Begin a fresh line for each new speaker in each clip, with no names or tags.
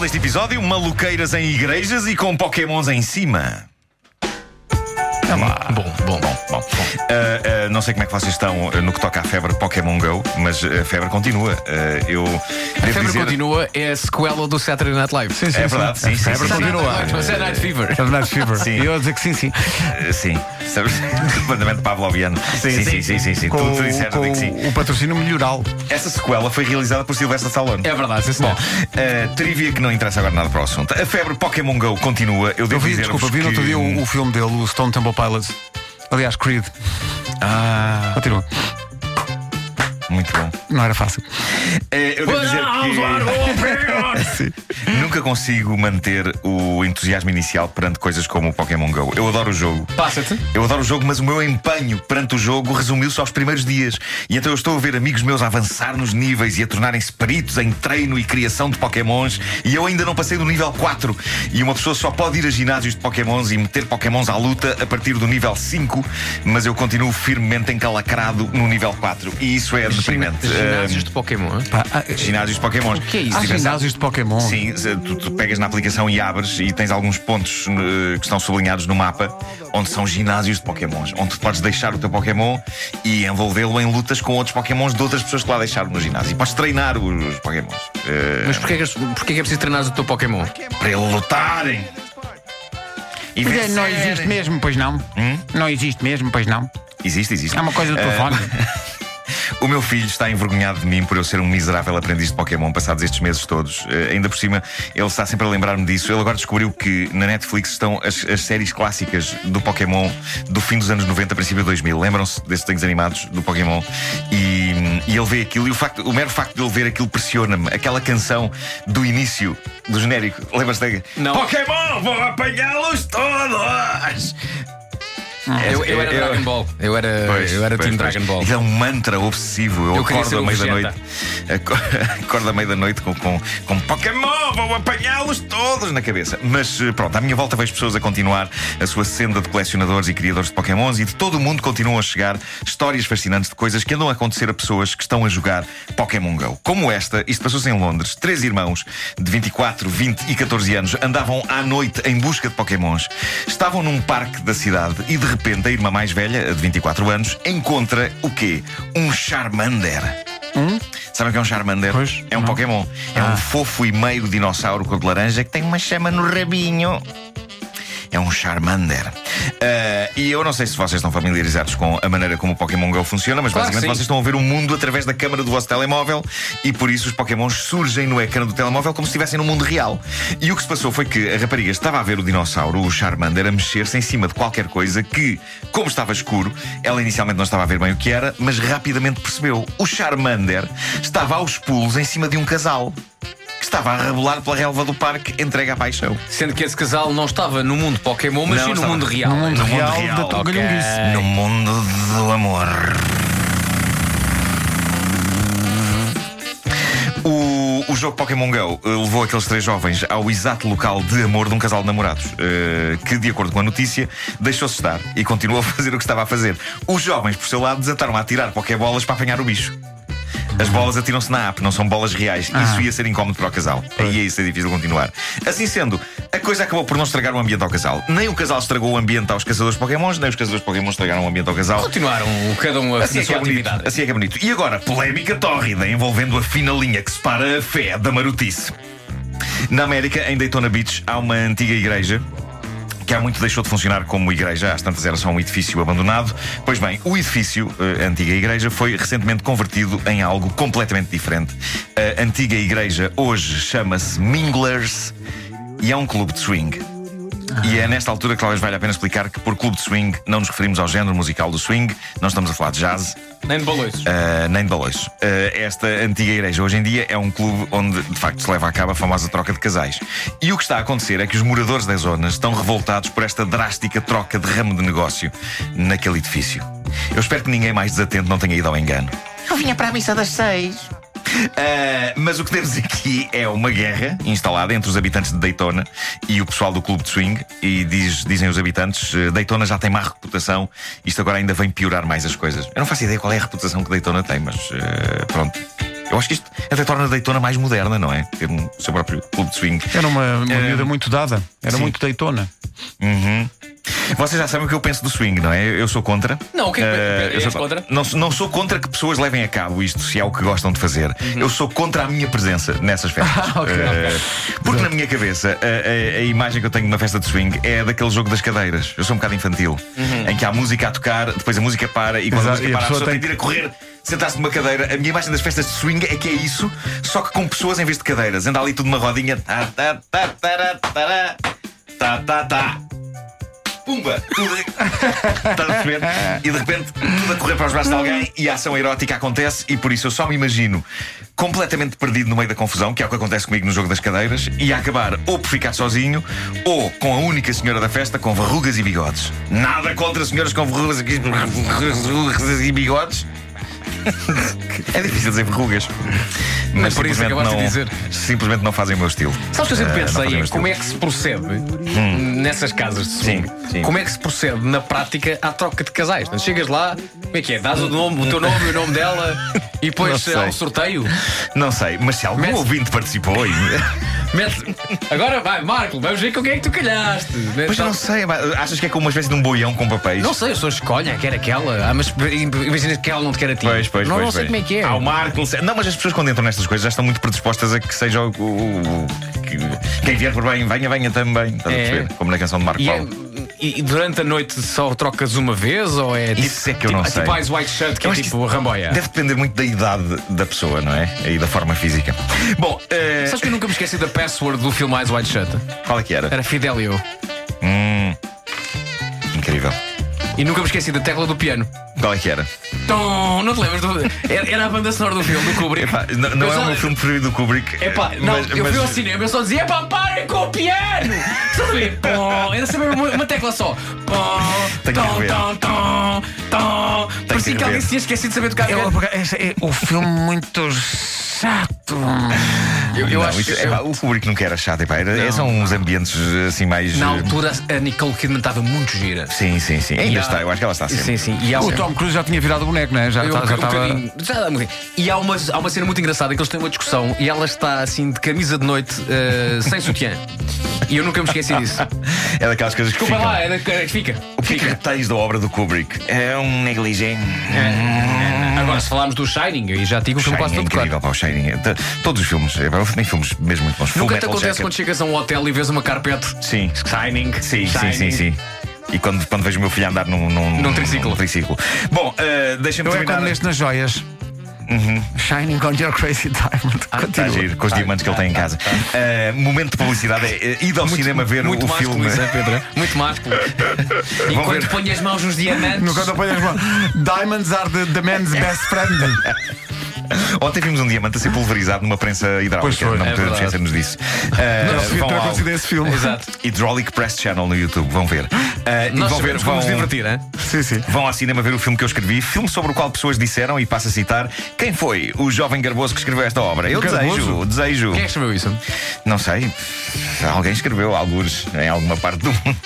deste episódio: maluqueiras em igrejas e com pokémons em cima.
Bom, bom, bom.
Bom, uh, uh, não sei como é que vocês estão uh, no que toca à febre Pokémon Go, mas uh, a febre continua. Uh, eu
A febre continua é a sequela do Saturday Night Live. Sim,
É verdade, sim, sim,
febre
sim, Ah, sim.
continua.
Mas é Night Fever.
Sabe Night Fever.
Sim.
E eu a dizer que sim, sim.
Uh, Sim, sabes? Completamente pavloviano. Sim, sim, sim, sim, sim. sim.
Com,
Tudo que tu disseste, eu
com
digo que sim.
o patrocínio melhoral.
Essa sequela foi realizada por Silvestre Stallone.
É verdade, sim, senhor.
Uh, trivia que não interessa agora nada para o assunto. A febre Pokémon Go continua. Eu
Eu
devo
vi,
dizer
desculpa, vi no outro dia o, o filme dele, o Stone Temple Pilots. Aliás, Creed. Ah. Continua.
Muito bom.
Não era fácil.
Uh, eu devo dizer que nunca consigo manter o entusiasmo inicial perante coisas como o Pokémon Go. Eu adoro o jogo.
Passa-te.
Eu adoro o jogo, mas o meu empenho perante o jogo resumiu-se aos primeiros dias. E então eu estou a ver amigos meus a avançar nos níveis e a tornarem-se peritos em treino e criação de Pokémons. E eu ainda não passei do nível 4. E uma pessoa só pode ir a ginásios de Pokémons e meter Pokémons à luta a partir do nível 5. Mas eu continuo firmemente encalacrado no nível 4. E isso é deprimente.
Ginásios de Pokémon.
Pá, há-
Ah, ginásios de Pokémons.
O que é isso?
Há
Se tivesse-
ginásios de Pokémon.
Sim, se- tu, tu pegas na aplicação e abres e tens alguns pontos eh, que estão sublinhados no mapa onde são ginásios de Pokémons, onde tu podes deixar o teu Pokémon e envolvê-lo em lutas com outros Pokémons de outras pessoas que lá deixaram no ginásio. E podes treinar os, os Pokémons eh,
Mas porquê, que- porquê que é preciso treinar o teu Pokémon?
para eles lutarem. E
Mas é, não
vencerem.
existe mesmo, pois não? Não existe mesmo, pois não?
Existe, existe.
É uma coisa do
Hum? Eh,
telefone.
O meu filho está envergonhado de mim por eu ser um miserável aprendiz de Pokémon passados estes meses todos. Eh, ainda por cima, ele está sempre a lembrar-me disso. Ele agora descobriu que na Netflix estão as, as séries clássicas do Pokémon do fim dos anos 90, princípio de 2000. Lembram-se desses desenhos animados do Pokémon? E, e ele vê aquilo, e o, facto, o mero facto de ele ver aquilo pressiona-me. Aquela canção do início, do genérico. Lembras-te? da-
Não.
Pokémon, vou apanhá-los todos!
Ah.
Eu, eu era
Eu-
Dragon Ball. Eu era,
Pois,
eu era
pois,
Team
pois.
Dragon Ball.
Isso é um mantra obsessivo. Eu,
Eu queria ser
acordo à
o
meia-noite.
Vegeta.
Aco- Acordo à meia-noite com, com, com Pokémon, vou apanhá-los todos na cabeça. Mas eh, pronto, à minha volta vejo pessoas a continuar a sua senda de colecionadores e criadores de Pokémons e de todo o mundo continuam a chegar histórias fascinantes de coisas que andam a acontecer a pessoas que estão a jogar Pokémon Go. Como esta, isto passou-se em Londres. Três irmãos de 24, 20 e 14 anos andavam à noite em busca de Pokémons. Estavam num parque da cidade e de repente a irmã mais velha, a de 24 anos, encontra o quê? Um Charmander. Sabe o que é um Charmander?
Pois,
é um
não. Ah.
Pokémon. É um fofo e meio dinossauro cor de laranja que tem uma chama no rabinho. É um Charmander. Ah, e eu não sei se vocês estão familiarizados com a maneira como o Pokémon Go funciona, mas
Claro que
basicamente
sim.
vocês estão a ver o mundo através da câmara do vosso telemóvel e por isso os Pokémons surgem no ecrã do telemóvel como se estivessem no mundo real. E o que se passou foi que a rapariga estava a ver o dinossauro, o Charmander, a mexer-se em cima de qualquer coisa que, como estava escuro, ela inicialmente não estava a ver bem o que era, mas rapidamente percebeu. O Charmander estava aos pulos em cima de um casal. Que estava a rebolar pela relva do parque, entregue à paixão.
Sendo que esse casal não estava no mundo Pokémon, mas
Não,
sim no
estava-
mundo real.
No mundo
No mundo
real,
real,
da tua
ok.
galhunguice.
No mundo do amor. O, o jogo Pokémon Go eh, levou aqueles três jovens ao exato local de amor de um casal de namorados, eh, que, de acordo com a notícia, deixou-se estar e continuou a fazer o que estava a fazer. Os jovens, por seu lado, desataram a atirar bolas para apanhar o bicho. As bolas atiram-se na app, não são bolas reais. Isso ia ser incómodo para o casal. Aí ia ser difícil continuar. Assim sendo, a coisa acabou por não estragar o ambiente ao casal. Nem o casal estragou o ambiente aos caçadores de Pokémons, nem os caçadores de Pokémon estragaram o ambiente ao casal.
Continuaram cada um a
Assim é, que
fazer a
é
sua
bonito.
atividade.
assim é que é bonito. E agora, polémica tórrida envolvendo a fina linha que separa a fé da marotice. Na América, em Daytona Beach, há uma antiga igreja. Que há muito deixou de funcionar como igreja, às tantas era só um edifício abandonado. Pois bem, o edifício, eh, a antiga igreja, foi recentemente convertido em algo completamente diferente. A antiga igreja hoje chama-se Minglers e é um clube de swing. E é nesta altura que talvez valha a pena explicar que por clube de swing não nos referimos ao género musical do swing, não estamos a falar de jazz,
Nem de balões.
Uh, nem de balões. Uh, esta antiga igreja hoje em dia é um clube onde de facto se leva a cabo a famosa troca de casais. E o que está a acontecer é que os moradores da zona estão revoltados por esta drástica troca de ramo de negócio naquele edifício. Eu espero que ninguém mais desatento não tenha ido ao engano.
Eu vinha para a missa das seis.
Uh, mas o que temos aqui é uma guerra instalada entre os habitantes de Daytona e o pessoal do clube de swing. E diz- dizem os habitantes: eh, Daytona já tem má reputação, isto agora ainda vem piorar mais as coisas. Eu não faço ideia qual é a reputação que Daytona tem, mas eh, pronto. Eu acho que isto até torna a Daytona mais moderna, não é? Ter um seu próprio clube de swing.
Era uma, uma
Eh,
miúda muito dada. Era
sim.
muito Daytona.
Uhum. Vocês já sabem o que eu penso do swing, não é? Eu sou contra.
Não, o que é que
Eh,
és
eu sou
contra?
Não, sou- não sou contra que pessoas levem a cabo isto, se é o que gostam de fazer. Eu sou contra a minha presença nessas festas.
Uhum. Ah, ok,
Eh,
ok.
Porque na minha cabeça, a, a- a imagem que eu tenho de uma festa de swing é daquele jogo das cadeiras. Eu sou um bocado infantil.
Uhum.
Em que há música a tocar, depois a música para e quando
Exato,
a música
e a
para, a
pessoa
pessoa tem
tem
de ir a correr. Sentar-se numa cadeira, a minha imagem das festas de swing é que é isso, só que com pessoas em vez de cadeiras. Anda ali tudo numa rodinha. Tá, tá, tá, tará, tará. Tá, tá, tá. Pumba! Tudo ali. Estás Tá a perceber? E de repente tudo a correr para os braços de alguém e a ação erótica acontece, e por isso eu só me imagino completamente perdido no meio da confusão, que é o que acontece comigo no jogo das cadeiras, e a acabar ou por ficar sozinho ou com a única senhora da festa com verrugas e bigodes. Nada contra senhoras com verrugas e bigodes. É difícil dizer verrugas. Mas
é por isso
simplesmente
acabaste
não,
de dizer.
simplesmente não fazem o meu estilo.
Sabes o que eu sempre
Eh, não fazem o
pensei
meu
é
estilo.
como é que se procede nessas casas de swing?
Hum. Sim, sim.
Como é que se procede na prática à troca de casais? Quando chegas lá, como é que é? Dás o, nome, o teu nome e o nome dela e
Não
depois
sei.
há um sorteio?
Não sei, mas se algum
Mete-
ouvinte participou e.
Mete... Agora vai, Marco, vamos ver com quem é que tu calhaste.
Pois eu não sei, mas achas que é como uma espécie de um boião com papéis?
Não sei, as pessoas escolhem, quer aquela, ah, mas imagina que ela não te quer a ti.
Pois, pois,
não,
pois,
não sei
pois.
como é que é.
Há o Marco, não sei. Não, mas as pessoas quando entram nestas coisas já estão muito predispostas a que seja o. o- o- que- quem vier por bem, venha, venha também. Estás a
É.
perceber? Como na canção de Marco
E, é-
Paulo.
e- e durante a noite só trocas uma vez ou é tipo,
Isso é que eu não
tipo,
sei.
tipo Eyes White Shirt que
Eu
é
acho que
tipo a ramboia?
Deve depender muito da idade da pessoa, não é? E da forma física. Bom, eh,
Sabes que eu nunca me esqueci da password do filme Eyes White Shut?
qual é que era?
Era Fidelio.
Hum. Incrível.
E nunca me esqueci da tecla do piano.
Qual é que era?
Tom, não te lembras do. Era era a banda sonora do filme, do Kubrick.
Epá, n- não
Eu
é
só-
o meu filme preferido do Kubrick.
Epá,
eh,
não, eu assim,
mas-
fui ao cinema, eu só dizia, epá, parem com o piano! Estás a ver? Pom, era sempre uma, uma tecla só. Pom,
Tenho que
tom,
rever.
tom, tom, tom. Parecia que
rever.
alguém se tinha esquecido de saber tocar piano.
é o filme muito chato.
Eu, eu
Não,
acho
isso- é,
que.
epá, o Kubrick nunca era chato, epá, era, são uns ambientes assim mais.
Na
eh,
altura, a Nicole Kidman estava muito gira.
Sim, sim, sim. Ainda
há-
está, eu acho que ela está sempre.
Sim, sim. E há
O Tom Cruise já tinha virado o boneco, não é? Já
Eu,
tá- já
um
estava.
bocadinho. Já dá um bocadinho. E há uma, há uma cena muito engraçada que eles têm uma discussão e ela está assim de camisa de noite, eh, sem sutiã. E eu nunca me esqueci disso.
É daquelas coisas que
Desculpa
ficam.
lá, é da é que fica.
O que é que
fica.
retens da obra do Kubrick? É um negligente.
Agora, se falarmos do Shining, e já digo que eu
Shining
quase
é
todo claro.
incrível, pá, o Shining. é- t- Todos os filmes, é, pá, tem filmes mesmo muito bons. Full
Nunca te
Metal
acontece
Jacket.
quando chegas a um hotel e vês uma carpete.
Sim.
Shining.
Sim, sim,
Shining.
sim, sim. E quando, quando vejo o meu filho andar num, num,
Num triciclo.
num triciclo. Bom, eh, deixa-me
Eu é
terminar.
como neste nas joias. Shining on your crazy diamond.
Uhum. Ah, Está a
Continua.
giro, com os diamantes que ele tem em casa. Eh, momento de publicidade é eh, ir ao cinema ver
Muito
o
másculo,
filme.
isso é, Pedro. Muito másculo. Enquanto
ver.
ponho as mãos nos diamantes.
No canto apanhas lá. Diamonds are the, the man's best friend.
É, Ontem vimos um diamante a ser pulverizado numa prensa
Pois
hidráulica.
foi.
Não
É
podemos
verdade.
esquecer-nos disso. Eh,
Não devia
vão É
ter
ao-
acontecido esse filme.
Exato.
Hydraulic Press Channel no YouTube, vão ver. Eh, e
Nós
vão ver,
sabemos como
vão,
nos divertir, hein?
Sim, sim.
vão ao cinema ver o filme que eu escrevi, filme sobre o qual pessoas disseram, e passo a citar, quem foi o jovem garboso que escreveu esta obra? Eu desejo,
Garboso?
desejo.
Quem é que escreveu isso?
Não sei, alguém escreveu, alguns, em alguma parte do mundo.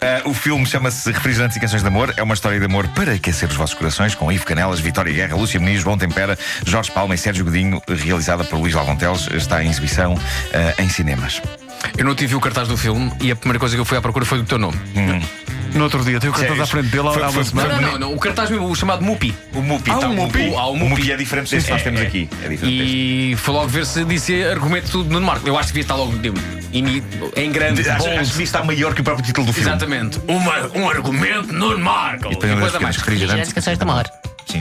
Eh, o filme chama-se Refrigerantes e Canções de Amor. É uma história de amor para aquecer os vossos corações, com Ivo Canelas, Vitória Guerra, Lúcia Muniz, João Tempera, Jorge Palma e Sérgio Godinho, realizada por Luís Alvonteles. Está em exibição eh, em cinemas.
Eu não tive o cartaz do filme e a primeira coisa que eu fui à procura foi do teu nome.
No outro dia, tenho o cartaz
Sério?
à frente dele há
Foi-
há
foi-
uma
Mas foi-
Não,
semana.
não,
bonito.
não, não, o cartaz mesmo, o chamado Mupi.
O Mupi,
Há
tá,
um Mupi?
O, o, o Mupi é diferente deste que nós temos aqui. É diferente deste.
E foi logo ver se disse argumento do Nuno Marco. Eu acho que devia estar logo de- ini- em grande.
Acho,
bold.
acho que está maior que o próprio título do filme.
Exatamente. Uma- um argumento Nuno Marco. E
Depois
coisa
das
mais.
refrigerantes.
canções de amor.
Sim.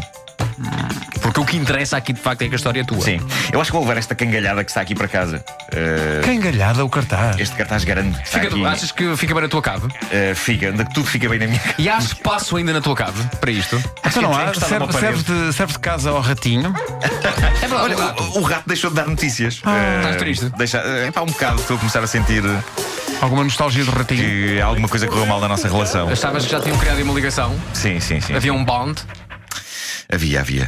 Porque o que interessa aqui de facto é que a história é tua.
Sim. Eu acho que vou levar esta cangalhada que está aqui para casa. Eh,
Quem galhada o cartaz.
este cartaz grande que está
Fica-
aqui.
achas que fica bem na tua cave?
eh, fica, anda que tudo fica bem na minha casa.
E há espaço ainda na tua cave para isto?
Então não
que
há.
encostado a
Serve,
uma parede.
serve de, serve de casa ao ratinho.
É verdade.
Olha,
verdade.
o, o rato deixou de dar notícias. Eh,
Estás triste?
Deixa, é pá, um bocado estou a começar a sentir
Alguma nostalgia do ratinho.
que alguma coisa correu mal na nossa relação.
Achavas que já tinham criado aí uma ligação?
Sim, sim, sim.
Havia um bond?
Havia, havia.